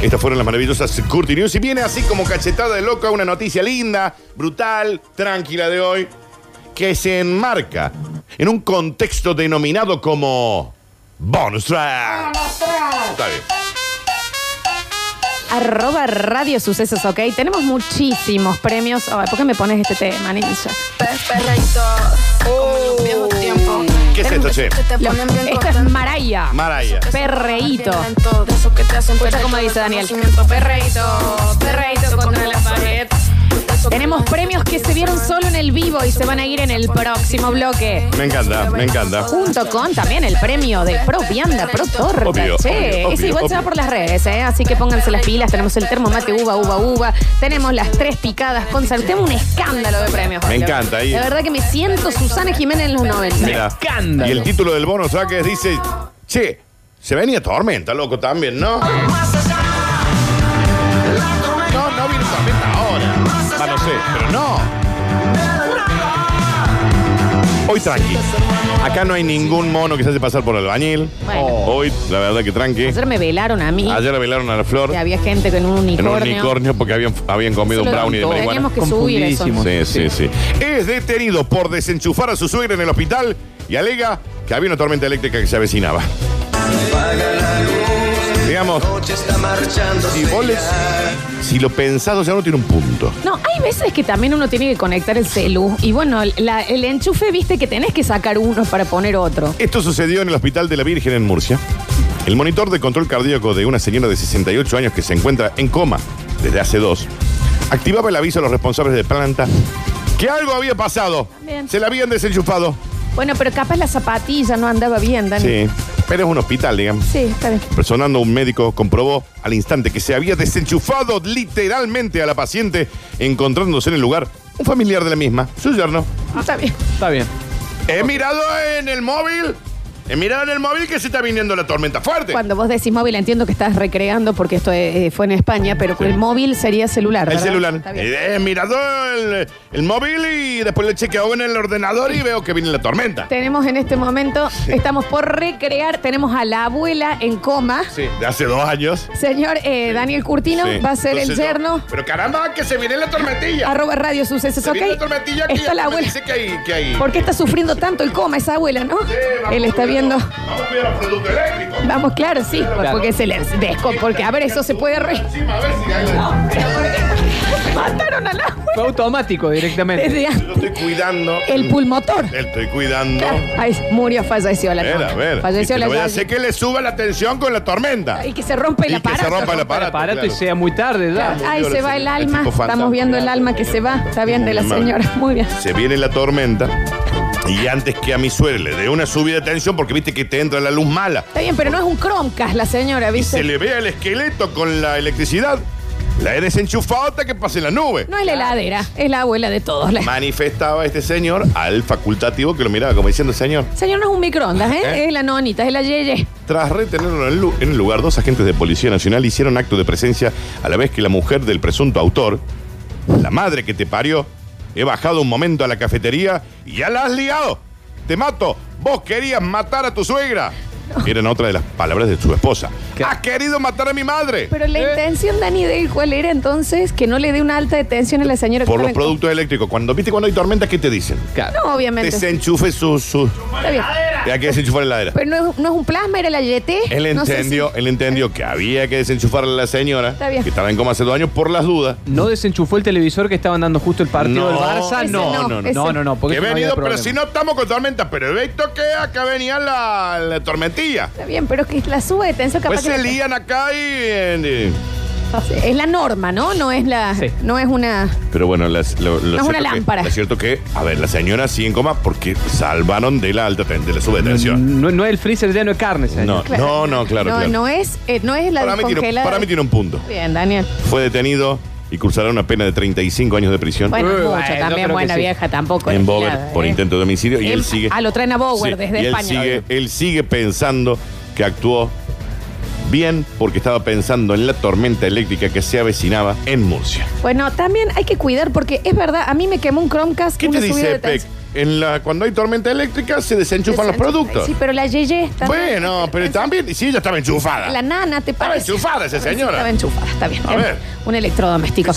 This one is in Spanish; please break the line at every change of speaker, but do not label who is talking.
Estas fueron las maravillosas Curti News. Y viene así como cachetada de loca una noticia linda, brutal, tranquila de hoy, que se enmarca en un contexto denominado como Bonus Track. Está bien.
Arroba Radio Sucesos, ¿ok? Tenemos muchísimos premios. Ay, ¿Por qué me pones este tema, ninja?
Perfecto. Como en los viejos tiempos.
¿Qué es esto, che?
Que te
Lo-
ponen bien
esto es
contento.
Maraya.
Maraya.
Perreíto.
De esos que te hacen
Escucha
perder
cómo
todo
dice
el
Daniel.
conocimiento. Perreíto, perreíto contra la pared.
Tenemos premios que se vieron solo en el vivo y se van a ir en el próximo bloque.
Me encanta, me encanta.
Junto con también el premio de Pro Vianda, Pro Torta.
Obvio,
che,
obvio,
ese
obvio,
igual se va
obvio.
por las redes, ¿eh? Así que pónganse las pilas. Tenemos el termo mate uva, uva, uva. Tenemos las tres picadas con sal. Tengo un escándalo de premios.
Me
Pablo.
encanta, ahí.
La verdad que me siento Susana Jiménez en los 90.
Mira.
Escándalo.
Y el título del bonus track es, dice, che, se venía tormenta, loco, también, ¿no? No, no vino tormenta ahora. Ah, no sé, pero no. Hoy tranqui. Acá no hay ningún mono que se hace pasar por albañil.
Bueno,
Hoy, la verdad que tranqui.
ayer me velaron a mí.
Ayer velaron a la flor
que había gente con
en
un
un
unicornio.
unicornio porque habían, habían comido un
Solo
brownie de
todo.
marihuana.
Teníamos que subir eso.
Confundidísimo.
Sí, sí, sí. Es detenido por desenchufar a su suegra en el hospital y alega que había una tormenta eléctrica que se avecinaba. Digamos, si vos le- si lo pensado ya no tiene un punto.
No, hay veces que también uno tiene que conectar el celu. Y bueno, la- el enchufe, viste que tenés que sacar uno para poner otro.
Esto sucedió en el Hospital de la Virgen en Murcia. El monitor de control cardíaco de una señora de 68 años que se encuentra en coma desde hace dos activaba el aviso a los responsables de planta que algo había pasado.
También.
Se la habían desenchufado.
Bueno, pero capaz la zapatilla no andaba bien, Dani.
Sí, pero es un hospital, digamos.
Sí, está bien.
Personando un médico comprobó al instante que se había desenchufado literalmente a la paciente, encontrándose en el lugar un familiar de la misma, su yerno.
Está bien.
Está bien.
He mirado en el móvil, he mirado en el móvil que se está viniendo la tormenta fuerte.
Cuando vos decís móvil, entiendo que estás recreando porque esto eh, fue en España, pero el móvil sería celular.
El
¿verdad?
celular.
Está bien.
He mirado el, el móvil y después lo he chequeado en el ordenador y veo que viene la tormenta.
Tenemos en este momento, estamos por recrear, tenemos a la abuela en coma.
Sí, de hace dos años.
Señor eh, Daniel Curtino
Sí.
va a ser
Entonces
el
yo-
yerno.
pero caramba, que se viene la tormentilla.
Arroba Radio Sucesos,
se
¿ok?
viene la tormentilla que
Está
ya
la
me
abuela.
dice que hay... Que hay
¿Por qué está sufriendo tanto el coma esa abuela, no? Él está viendo.
Vamos a cuidar los productos eléctricos. Este
Vamos, claro, sí,
Claro.
porque se le desco, porque a ver, eso se puede re.
Encima, a ver si hay-
Mataron a la abuela
Fue automático directamente.
desde
Yo
antes.
estoy cuidando.
El pulmotor.
Él Estoy cuidando.
Ay, murió, falleció la
A ver,
nona.
a ver.
Falleció
Y
la
te lo voy a
nona.
hacer que le suba la tensión con la tormenta.
Y que se rompe el
Y que
aparato.
se rompa el aparato.
Aparato y
claro.
sea muy tarde, ya.
Ahí se va el alma.
El este tipo fantasma.
Estamos viendo el alma que se va. Está bien de la
Muy mal.
señora. Muy bien.
Se viene la tormenta. Y antes que a mi suegra le dé una subida de tensión, porque viste que te entra la luz mala.
Está bien, pero no es un Chromecast la señora,
Y se
¿viste?
le vea el esqueleto con la electricidad. La he desenchufado hasta que pase la nube.
No es la heladera, es la abuela de todos. La...
Manifestaba este señor al facultativo que lo miraba como diciendo, señor,
Señor, no es un microondas, ¿eh?
¿Eh?
Es la nonita, es la Yeye.
Tras retenerlo en el, lu- en el lugar, dos agentes de Policía Nacional hicieron acto de presencia a la vez que la mujer del presunto autor, la madre que te parió, he bajado un momento a la cafetería y ya la has liado. Te mato. Vos querías matar a tu suegra. Eran otra de las palabras de su esposa.
¿Qué?
Has querido matar a mi madre.
Pero la
¿Eh?
intención, Dani, de él, ¿cuál era entonces? Que no le dé una alta de tensión a la señora. que
Por los
estaba en-
productos eléctricos. Cuando viste cuando hay tormentas, ¿qué te dicen?
Claro.
No, obviamente.
Desenchufe su. su...
Está bien.
Hay que desenchufar la heladera.
Pero no es, no es un plasma, era la YT.
Él
No sé si-
entendió, él entendió que había que desenchufarle a la señora,
Está bien.
que estaba en coma hace dos años, por las dudas.
No desenchufó el televisor que estaban dando justo el
No.
partido del Barça.
Ese
No,
no,
no, no,
ese
no, no, no, porque
he
eso no había
venido, pero
problema.
si no estamos con tormenta, pero he visto que acá venía la, la tormentilla.
Está bien, pero que la suba de tensión capaz
Pues
que
se
la-
lían acá y, eh, y-
Sí, Es la norma, ¿no? No es la.
Sí.
No es una.
Pero bueno, las- lo, lo
No es una
cierto que-
lámpara.
lo cierto que, a ver, la señora sigue en coma porque salvaron de la alta ten- de la subdetención.
No, no es el freezer lleno de carne, señor.
No, no, no, claro,
Mm, No,
claro.
no es, eh, no es la
para, mí tiene,
descongelada.
para mí tiene un punto.
Bien, Daniel.
Fue detenido y cursará una pena de 35 años de prisión
Bueno,
Eh,
mucho
bueno,
también,
creo
buena
que sí.
vieja tampoco.
en
es
Bower
nada,
por
eh.
intento de homicidio y él sigue.
Ah, lo traen a Bower
Sí,
desde
y él
España.
Sigue, él sigue pensando que actuó bien porque estaba pensando en la tormenta eléctrica que se avecinaba en Murcia.
Bueno, también hay que cuidar porque es verdad, a mí me quemó un Chromecast.
¿Qué
una
te
subida
dice
de
EPEC?
tensión.
en la, cuando hay tormenta eléctrica se desenchufan los productos.
Sí, pero la Yeye está.
Bueno, pero también, sí, ella estaba enchufada.
La nana, ¿te parece?
enchufada esa
Está bien,
señora.
Estaba enchufada, está bien.
A ver.
Un electrodoméstico.